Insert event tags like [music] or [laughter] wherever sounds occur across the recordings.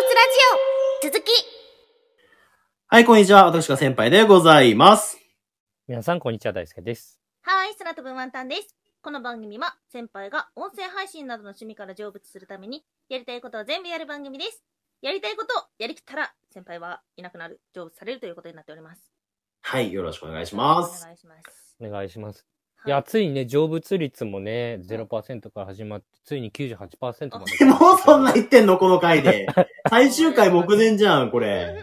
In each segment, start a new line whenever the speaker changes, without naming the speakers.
オ続き
はい、こんにちは。私が先輩でございます。
皆さん、こんにちは。大輔です。
はーい、空飛ぶワンタンです。この番組は、先輩が音声配信などの趣味から成仏するために、やりたいことを全部やる番組です。やりたいことをやりきったら、先輩はいなくなる、成仏されるということになっております。
はい、よろしくお願いします
お。願いします。
お願いします。
はい
い
[laughs]
や、ついにね、成仏率もね、0%から始まって、ついに98%まで。
で [laughs] もうそんな言ってんのこの回で。最終回目前じゃん、これ。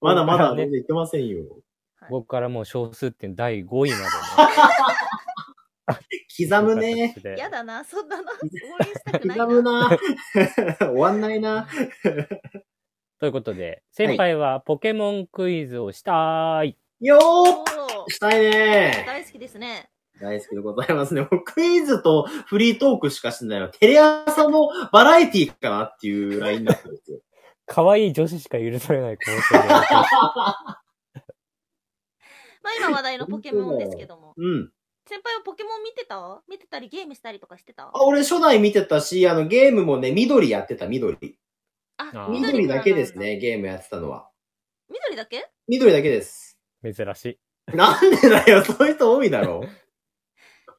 まだまだ全然言ってませんよ。
僕からもう小数点第5位までね。
刻むね。
で
やだな、そんなの。応援したくない
刻む
な。
な。終わんないな。
ということで、先輩はポケモンクイズをしたい。
よ
お
ー
ー
したいね
大好きですね。
大好きでございますね。もうクイズとフリートークしかしてないの。テレ朝のバラエティかなっていうラインナップですよ。
可愛い女子しか許されない、この世界
まあ今話題のポケモンですけども。
うん。
先輩はポケモン見てた見てたりゲームしたりとかしてた
あ、俺初代見てたし、あのゲームもね、緑やってた、緑。
あ
緑だけです。
からなん
ね、ゲームやってたのは。
緑だけ
緑だけです。
珍しい。
[laughs]
[laughs]
なんでだよ、そういう人多いだろ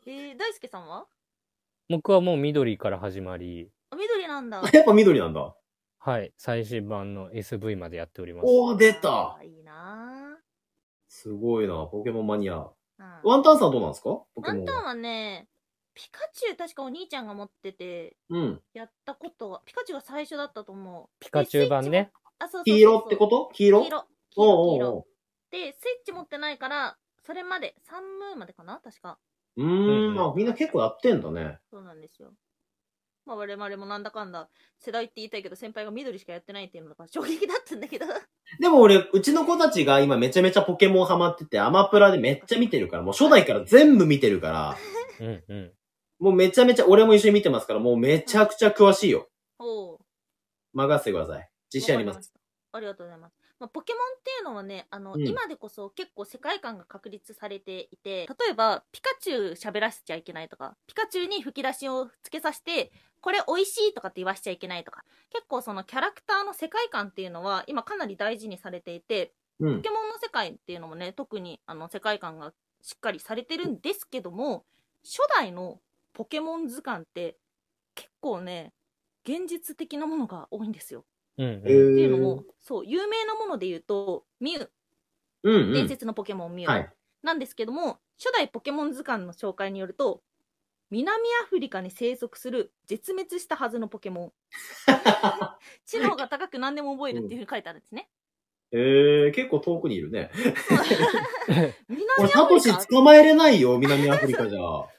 えー、大輔さんは
僕はもう緑から始まり、
あ緑なんだ。
[laughs] う。やっぱ緑なんだ。
はい、最新版の SV までやっております。
おー、出た
あ。ーいいな
すごいな、ポケモンマニア。
ぁ。うん
ワンタンさんどうなんですかポケ
ワ
モ
ン
ン
タン
は。
はね、ピカチュウ確かお兄ちゃんが持ってて、
うん。
やったことは、ピカチュウが最初だったと思う。
ピカチュウ版ね。
あ、そうそうそうそう
黄色ってこと黄色
黄色。黄色
お
黄
うおう
色。で、スイッチ持ってないから、それまで、サンムーンまでかな確か。
おう。うーん、
うん
あ、みんな結構やってんだね。
そうなんですよ。まあ我々もなんだかんだ世代って言いたいけど先輩が緑しかやってないっていうのが衝撃だったんだけど。 [laughs]
でも俺、うちの子たちが今めちゃめちゃポケモンハマってて、アマプラでめっちゃ見てるから、もう初代から全部見てるから、
うんうん。
もうめちゃめちゃ、俺も一緒に見てますから、もうめちゃくちゃ詳しいよ。
おう。
任せてください。実写やります。
わかりました。ありがとうございます。まあ、ポケモンっていうのはね、あの、
うん
今でこそ結構世界観が確立されていて、例えば、ピカチュウ喋らせちゃいけないとか、ピカチュウに吹き出しをつけさせて、これ美味しいとかって言わしちゃいけないとか、結構そのキャラクターの世界観っていうのは今かなり大事にされていて、
うん
ポ。ケモンの世界っていうのもね、特にあの世界観がしっかりされてるんですけども、初代のポケモン図鑑って結構ね、現実的なものが多いんですよ。
うん
え
うん。
っていうのも、そう、有名なもので言うと、ミュウ、
うんう
伝
ん。
説のポケモンミュウ、
はい。
なんですけども、初代ポケモン図鑑の紹介によると、南アフリカに生息する絶滅したはずのポケモン。知能が高く何でも覚えるっていうふうに書いてあるんですね。
えー、結構遠くにいるね。
南
俺、
ア
サ
フ
ト
リ
シ
カ
捕まえれないよ、南アフリカ [laughs] じゃ。
[laughs] ど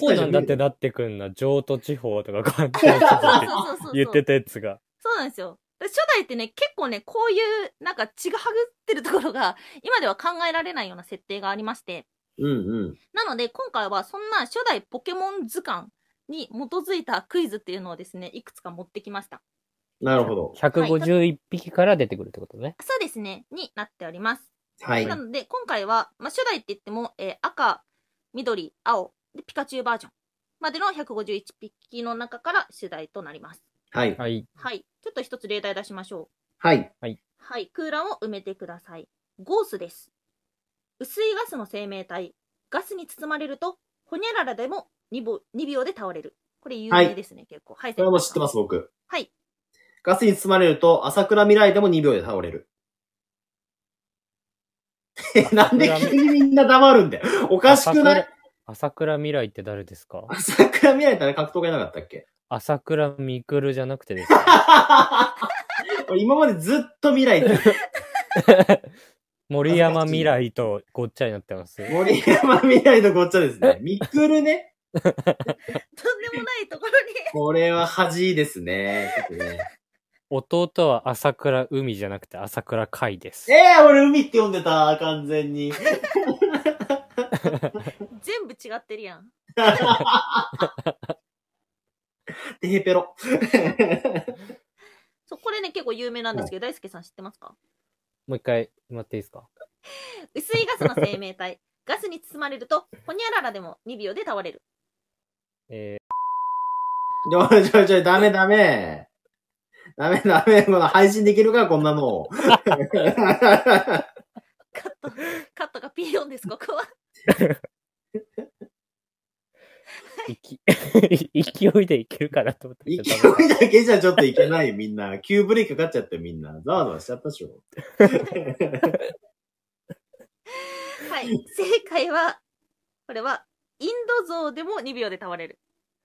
こなんだってなってくんな、上都地方とか関東地方って
そうそうそうそう
言ってたやつが。
そうなんですよ。で初代ってね、結構ね、こういう、なんか血がはぐってるところが、今では考えられないような設定がありまして、
うんうん。
なので、今回はそんな初代ポケモン図鑑に基づいたクイズっていうのをですね、いくつか持ってきました。
なるほど。
151匹から出てくるってことね。
そうですね、になっております。
はい。
なので、今回は、まあ、初代って言っても、えー赤、緑、青、でピカチュウバージョンまでの151匹の中から主題となります。
はい。
はい。
はい。ちょっと一つ例題出しましょう。
はい。
はい、空欄を埋めてください。ゴースです。薄いガスの生命体。ガスに包まれると、ほにゃららでも 2, ぼ2秒で倒れる。これ有名ですね、結構。はい、。
これはもう知ってますす、僕。
はい。
ガスに包まれると、朝倉未来でも2秒で倒れる。 [laughs] え、なんで急にみんな黙るんだよ。おかしくない
朝倉未来って誰ですか
朝倉未来ってあれ格闘家いなかったっけ [laughs]
朝倉未来じゃなくてです [laughs] か
俺今までずっと未来って [laughs]
森山未来とごっちゃになってます。
森山未来のごっちゃですね。ミクルね。
とんでもないところに。
これは恥ですね。ちょっとね
弟は朝倉海じゃなくて朝倉海です。
ええ俺海って呼んでた、完全に。
[laughs] 全部違ってるやん。
テヘペロ。
そう、これね、結構有名なんですけど、大輔さん知ってますか
もう一回、待っていいですか
薄いガスの生命体。ガスに包まれると、ほにゃららでも2秒で倒れる。
え
ちょいちょいちょい、ダメダメ。ダメダメ、この配信できるか、こんなの。
カット、カットがピーヨンです、ここは。
いき [laughs] 勢いでいけるかなと思ったけ
勢
どダメだ
いだけじゃちょっといけない、みんな。急ブレーキかかっちゃって、みんな。ざわざわしちゃったでしょ。
はい。正解は、これは、インド像でも2秒で倒れる。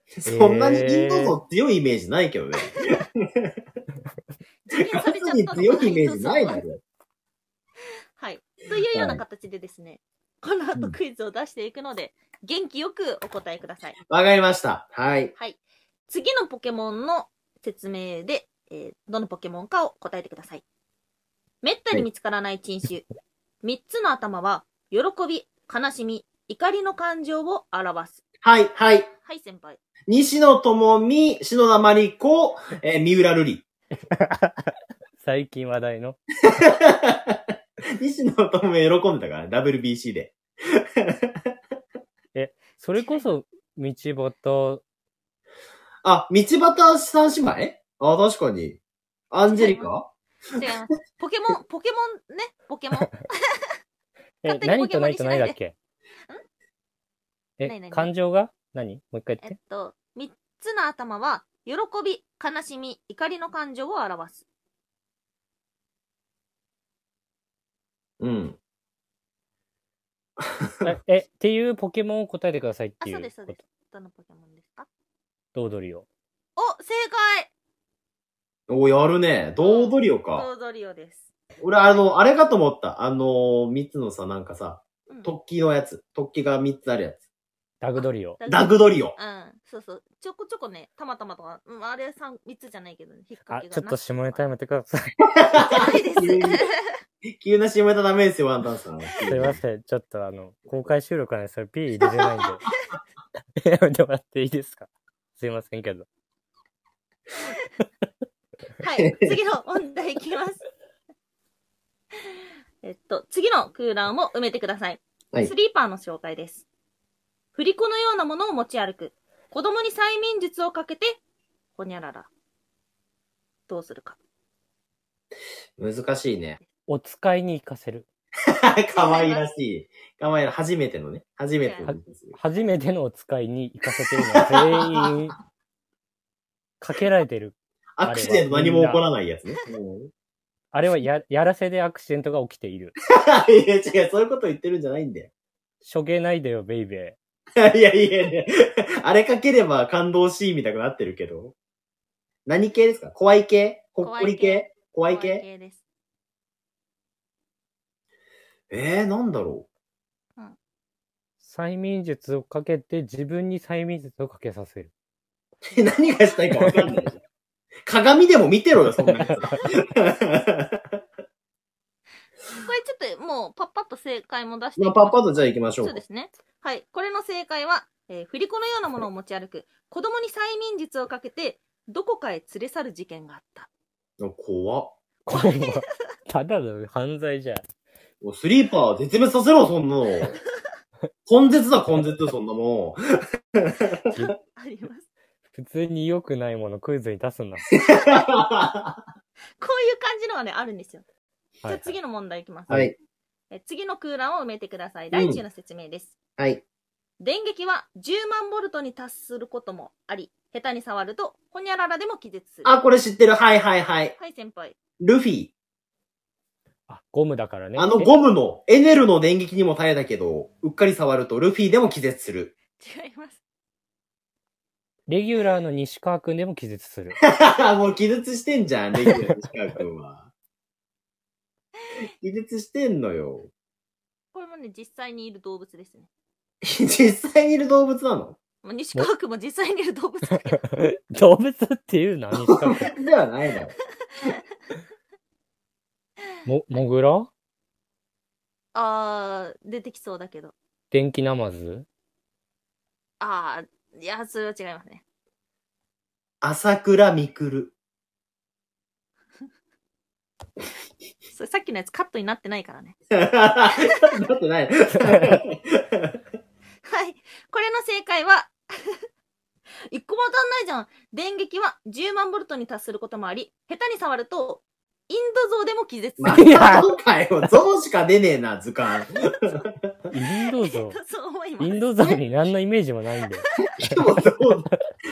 そんなにインド像強いイメージないけどね。
実現されちゃったの
別に
か
強いイメージない
インド像
の
は
よ。
はい。というような形でですね、この後クイズを出していくので、元気よくお答えください。
わかりました。はい。
はい。次のポケモンの説明で、えーどのポケモンかを答えてください。めったに見つからない珍種。3つの頭は、喜び、悲しみ、怒りの感情を表す。
はい、はい。
はい、先輩。
西野智美、篠田真理子、えー三浦瑠璃。
最近話題の。
[laughs] 西野智美喜んだから、WBC で。
それこそ、道端、
あ、道端三姉妹あ、確かに。アンジェリカ
違います。ポケ
[laughs]
モン、ポケモンね、ポケモン。
え、
勝手にポケ
何と
モンに
何
し
と
ない
何
で
だっけ
何
え、
何
感情が何もう一回
え
言っ。
ってと、3つの頭は、喜び、悲しみ、怒りの感情を表す。
うん。
あえ、っていうポケモンを答えてくださいっ
あ、
てい
そうう
こ
です、そう
と
です。どのポケモンですか
ドードリを。
お、正解
お、やるね。どうドリオか。
ドードリオです。
俺、あの、あれかと思った。あの、三つのさ、なんかさ、
うん
突起のやつ。突起が三つあるやつ。
ダグドリオ。
ダグドリオ。
うん、そうそう。ちょこちょこね、たまたまとか、うん、あれ3、三つじゃないけどね、引っ
あ
掛、けが
ちょっと下ネタやめてください。
じゃないです。
[laughs] 急な CM やったらダメですよ、ワンタンさん。
すいません。
[laughs]
ちょっとあの、公開収録なんでそれ P 入れれないん
[laughs]
で。やめてもらっていいですかすいませんけど。
[laughs]
はい、次の問題いきます。 [laughs] えっと、次の空欄を埋めてください。
はい
スリーパーの紹介です。振り子のようなものを持ち歩く。子供に催眠術をかけて、ほにゃらら。どうするか。
難しい [laughs] ね。
お使いに行かせる。
可愛らしい。可愛ら初めてのね。初めてのです。
初めてのお使いに行かせてるのは全員、かけられてる。
アクシデント何も起こらないやつね。
あれはや、やらせでアクシデントが起きている。
うん [laughs] いや、違う、そういうこと言ってるんじゃないんだよ。
しょげないでよ、ベイベ
[laughs] いやいやいや、あれかければ感動しいみたいになってるけど。何系ですか怖い系ほっこり系怖い系
です。
えー、なんだろ
ー。催眠術をかけて自分に催眠術をかけさせる。
う [laughs] 何がしたいかわかんない。鏡でも見てろよ、そん [laughs] なやつ。
これちょっともうパッパッと正解も出していき
ま
ます
あ、パッパッとじゃあ行きましょう
そ
か
うですね。はい。これの正解は、えー振り子のようなものを持ち歩く、子供に催眠術をかけて、どこかへ連れ去る事件があった。
あ怖っ。
これは、ただの犯罪じゃん。
おスリーパー絶滅させろ、そんなの。根絶だ、根絶、そんなも [laughs] ん。
あります。
普通に良くないものクイズに出すんだ。
こういう感じのはね、あるんですよ。じ
は
ゃあ
い、
次の問題いきます。
はい。
えー次の空欄を埋めてください。第1の説明です。
はい。
電撃は10万ボルトに達することもあり、下手に触ると、ほにゃららでも気絶する。は
あ、これ知ってる。はいはいはい。
い、先輩。
ルフィ。
あ、ゴムだからね。
あのゴムの、エネルの電撃にも耐えたけど、うっかり触るとルフィでも気絶する。 [laughs]
違います。
レギュラーの西川くんでも気絶する。 [laughs]
もう気絶してんじゃん、レギュラーのシカ君は。 [laughs] 気絶してんのよ。
これもね、実際にいる動物ですね。
実際にいる動物なの
まあ西川くんも実際にいる動
[laughs]
物だけど。
動物っていうな、西川くん。
ではないの。
も、モグラ
あー、出てきそうだけど。
電気ナマズ
ああ、いや、それは違いますね。
朝倉未来。 [laughs]
それさっきのやつカットになってないからね。
だってな
は
い。
い。これの正解は、 [laughs] 一個も当たんないじゃん。電撃は10万ボルトに達することもあり、下手に触ると、インド像でも気絶する。
また今回もゾウしか出ねえな、図鑑。
インド像。
そう思 [laughs] いま
イン
す。
ド像に何のイメージもないんだよ。
しかもゾウ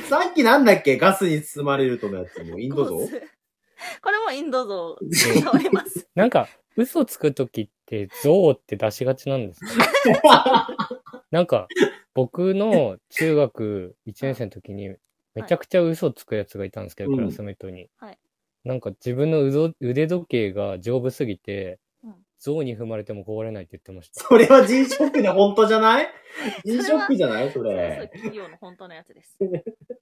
さっきなんだっけガスに包まれるとのやつもインド
コ
ゾ
ース [laughs] これもインド像
ウ
倒れます。
なんか、嘘つくときって、ゾウって出しがちなんですかねなん
[laughs]
か、僕の中学1年生の時に、めちゃくちゃ嘘つくやつがいたんですけど、
うん
クラスメートに。
はい
なんか、自分の腕腕時計が丈夫すぎて
うん、
ゾウに踏まれても壊れないって言ってました。
それは G ショックで本当じゃない ?G ショックじゃないそ
そうそう
れ。
企業の本当のやつです。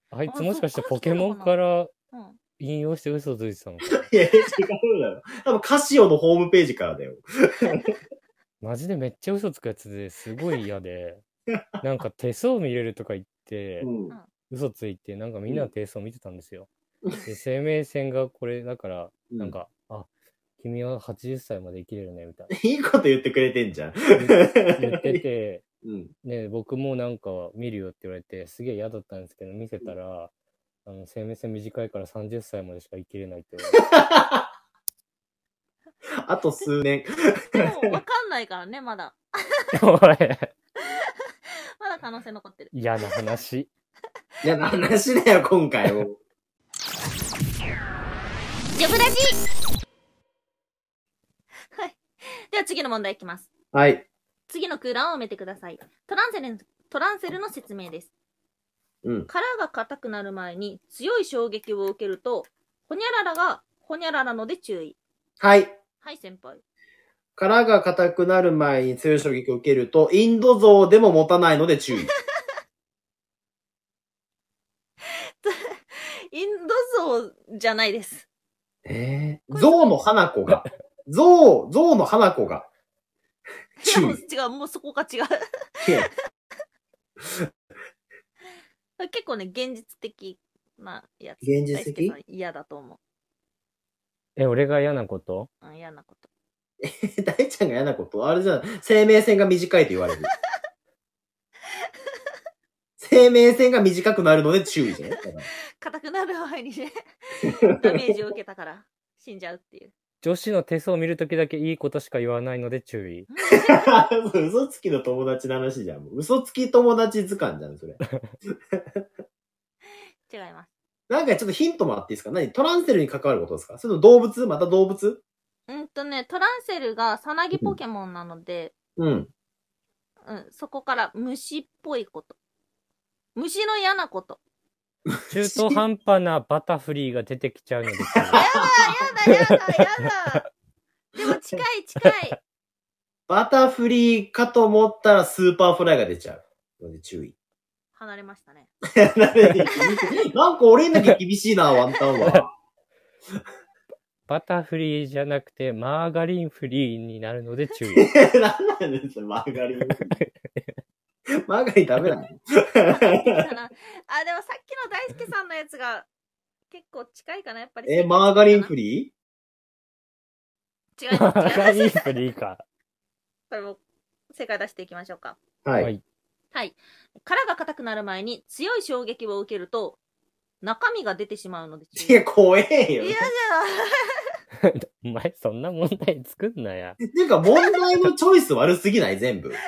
あいつ
あ
もしかして
そっか
ポケモンから
うん
引用して嘘ついてたのかな
いや、違うだろ。多分カシオのホームページからだよ。
マジでめっちゃ嘘つくやつですごい嫌
[laughs]
で、なんか手相見れるとか言って、
うん。
嘘ついて、なんかみんなのテイストを見てたんですよ。で、生命線がこれだから、なんか、あ、君は80歳まで生きれるね、みたい
いいこと言ってくれてんじゃん。
[laughs] な。言ってて、
うん。 [laughs]
ね、僕もなんか見るよって言われて、すげえ嫌だったんですけど、見せたら、あの、生命線短いから30歳までしか生きれないって言われて。
あと数年。
でも、わかんないからね、まだ。
[laughs] お
まだ可能性残ってる。
い嫌な話。
いや、話だよ、今回も。
ジョブラジはい。では次の問題いきます。
はい。
次の空欄を埋めてください。トランセルの、トランセルの説明です。
うん
殻が硬くなる前に強い衝撃を受けると、ほにゃららがほにゃららので注意。
はい。
はい、先輩。
殻が硬くなる前に強い衝撃を受けると、インド像でも持たないので注意。
インド像じゃないです。
えー、象の花子が。象、象の花子が。注
いやもう [laughs] 違う、もうそこが違う。 [laughs]
意。
結構ね、現実的なやつ。
現実
大輔
的
さん嫌だと思
え、俺が嫌なこと
う。うん、嫌なこと。
大ちゃんが嫌なことあれじゃん。生命線が短いと言わ [laughs] れる。生命線が短くなるので注意じゃね
硬くなる前に
[laughs]
ね、ダメージを受けたから死んじゃうっていう。
女子の手相を見るときだけいいことしか言わないので注意。
嘘つきの友達の話じゃん。もう嘘つき友達図鑑じゃん、それ。
違います。
なんかちょっとヒントもあっていいですか何トランセルに関わることですかそれとも動物また動物
うんとね、トランセルがサナギポケモンなので、
うん。
うん、そこから虫っぽいこと。虫の嫌なこと。
中途半端なバタフリーが出てきちゃうので注意。
やだ、やだ、やだ。 [laughs] でも近い、近い。
バタフリーかと思ったらスーパーフライが出ちゃう。ので [laughs] 注意。
離れました [laughs] ね。
なんか俺にだけ厳しいな、ワンタン [laughs] は。
バタフリーじゃなくて、マーガリンフリーになるので注
[laughs]
意。
なんなんですか、マーガリン。マーガリン食べない
だからあ、でもさっきの大輔さんのやつが結構近いかな、やっぱり。
え、マーガリンフ
リ
リ
ー違い
マ
ます、違
ー
います。
ガリンフリーか。
これも正解出していきましょうか。
ーはい。
はい。殻が硬くなる前に強い衝撃を受けると、中身が出てしまうので
い
注意。
や、怖えよ。
嫌
っ
だ。
お前、そんな問題作んなや。
ていうか、問題のチョイス悪すぎない全部。
だか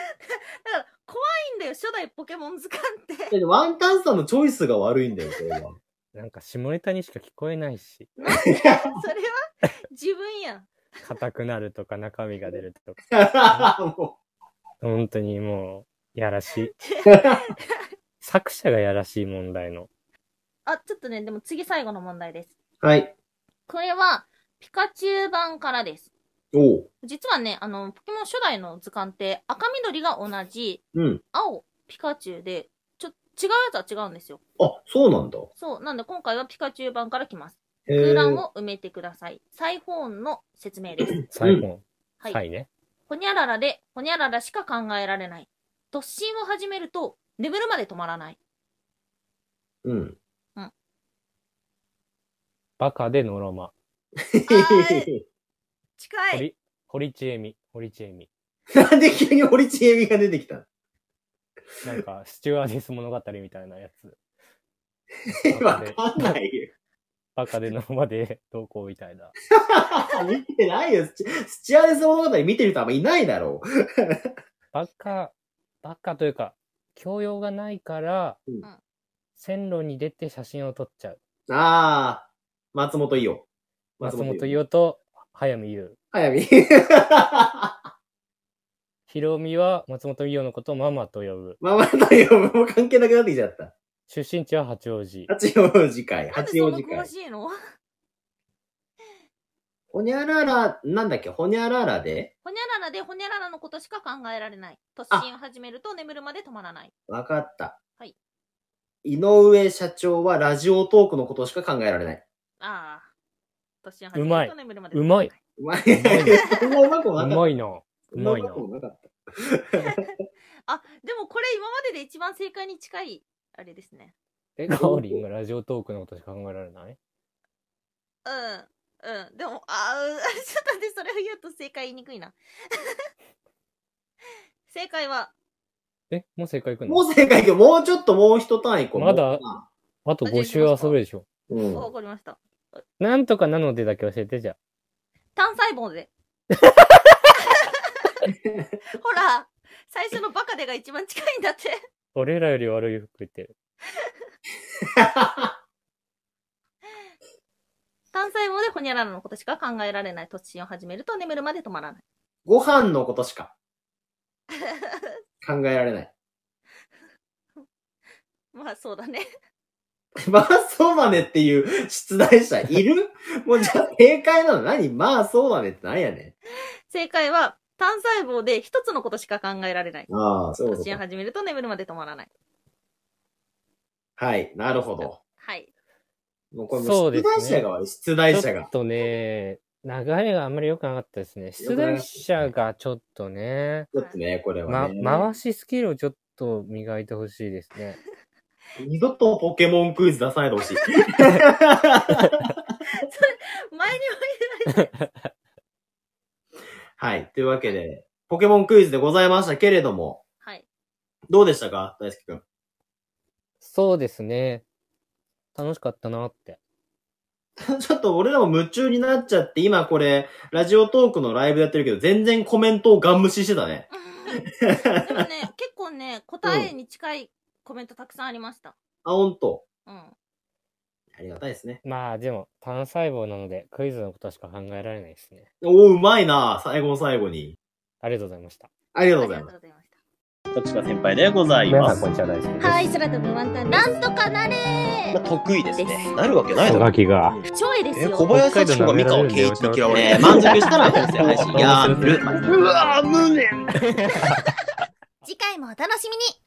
ら怖いんだよ、初代ポケモン図鑑って。
ワンタンさんのチョイスが悪いんだよ、それは。
なんか下ネタにしか聞こえないし、
なんでそれは自分やん。
硬くなるとか中身が出るとか。
も
本当にもう、やらし
[laughs]
い。
う
作者がやらしい問題の。
あ、ちょっとね、でも次最後の問題です。
はい。
これは、ピカチュウ版からです。
おう。
実はね、あの、ポケモン初代の図鑑って赤緑が同じ、
うん。
青、ピカチュウで、ちょ、違うやつは違うんですよ。
あ、そうなんだ。
そう。なんで今回はピカチュウ版から来ます。
へ
空欄
ー
を埋めてください。サイフォンの説明
[clears throat]
です。
最後、
はい。
はいね。
ほにゃららで、ほにゃららしか考えられない。突進を始めると、眠るまで止まらない。
うん。
バカでノロマ。
ー近
堀、堀ちえみ。堀ちえみ。
[laughs] なんで急に堀ちえみが出てきたの
なんか、スチュワーデス物語みたいなやつ。
[laughs] わかんないよ。 [laughs]
バカで生までどうこうみたいな。
見てないよ。スチスチュアレス物語見てる人あんまいないだろう。
バカ、バカというか、教養がないから、
うん
線路に出て写真を撮っちゃう。
ああ、松本伊代。
松本伊代と早見優。
早見。 [laughs]
ひろみは松本伊代のことをママと呼ぶ。
ママと呼ぶもう関係なくなってきちゃった。
出身地は八王子。
八王子会。
なんで
八
そ
王
んな
子
詳
会
し。いの
ほにゃらら、なんだっけ、ほにゃららで
ほにゃららでほにゃららのことしか考えられない。突進を始めると眠るまで止まらない。
わかった。
はい。
井上社長はラジオトークのことしか考えられない。
ああ。突進を始めると眠るまで止まらないう
まい。
うまいね
[laughs] そんなうまくも
う
なかっ
まいな。
た。そんなうまくもなかった。
あ、でもこれ今までで一番正解に近い、あれですね。
え、カオリンがラジオトークのことしか考えられない
うん。うん。でも、あーうん [laughs] ちょっと待って、それを言うと正解言いにくいな。 [laughs] 正解は、
え、もう正解いく
も
の
う正解けど、もうちょっともう一単位こう
まだあと5週遊べるでしょ。
うん。
わかりました。
なんとかなのでだけ教えて、じゃあ。
単細胞 [laughs] で。ほら、最初のバカでが一番近いんだって。
俺らより悪い服着てる。
単細胞でほにゃららのことしか考えられない突進を始めると眠るまで止まらない。
[laughs] ご飯のことしか考えられない。 [laughs]
まあそうだね。 [laughs]
まあそうだねっていう出題者いるもうじゃあ正解なの何まあそうだねって何やね
正解は、単細胞で一つのことしか考えられない。
ん。ああ、そう
突
そ
進を
う。
始めると眠るまで止まらない。
はい、なるほど。
はい。
もうこれも
そうう
出
です
題
ね
者が悪い、出
ち
題者
ょ
が
っ。とね、流れがあんまり良くなかったですね。
良く
出
なかった
題者がちょっとね、
ちょっとね、これは
ま、
ね。
回しスキルをちょっと磨いてほしいですね。
二度とポケモンクイズ出さないで
[laughs]
ほしい。
前にも
はい。というわけで、ポケモンクイズでございましたけれども、
はい。
どうでしたか大輔くん。 [laughs]
そうですね。楽しかったなって。
ちょっと俺らも夢中になっちゃって、今これ、ラジオトークのライブやってるけど、全然コメントをガン無視してたね。 [laughs]
でもね、結構ね、答えに近いコメントたくさんありました。
あ、ほんと。
うん。
ありがたいですね。
まあでも、単細胞なので、クイズのことしか考えられないですね。
おー、うまいな最後の最後に。
ありがとうございました。
ありが
あ
とう
り
ご
がとう
ざい
ござ
ます。
いまし
どっちか先輩でござい
皆
ま
さん、
す
こ。んにちは、大好きで
た。はい、空飛ぶワンタン、なんとかなれ
まあ得意です
です
ね。なるわけないだろ。
きが
超えです
え、
よ。
小林幸子が三河圭一に嫌われ
え
て
ー、満足した
[laughs]
らですよ、配信。やめる。
うわ無念
次回もお楽しみに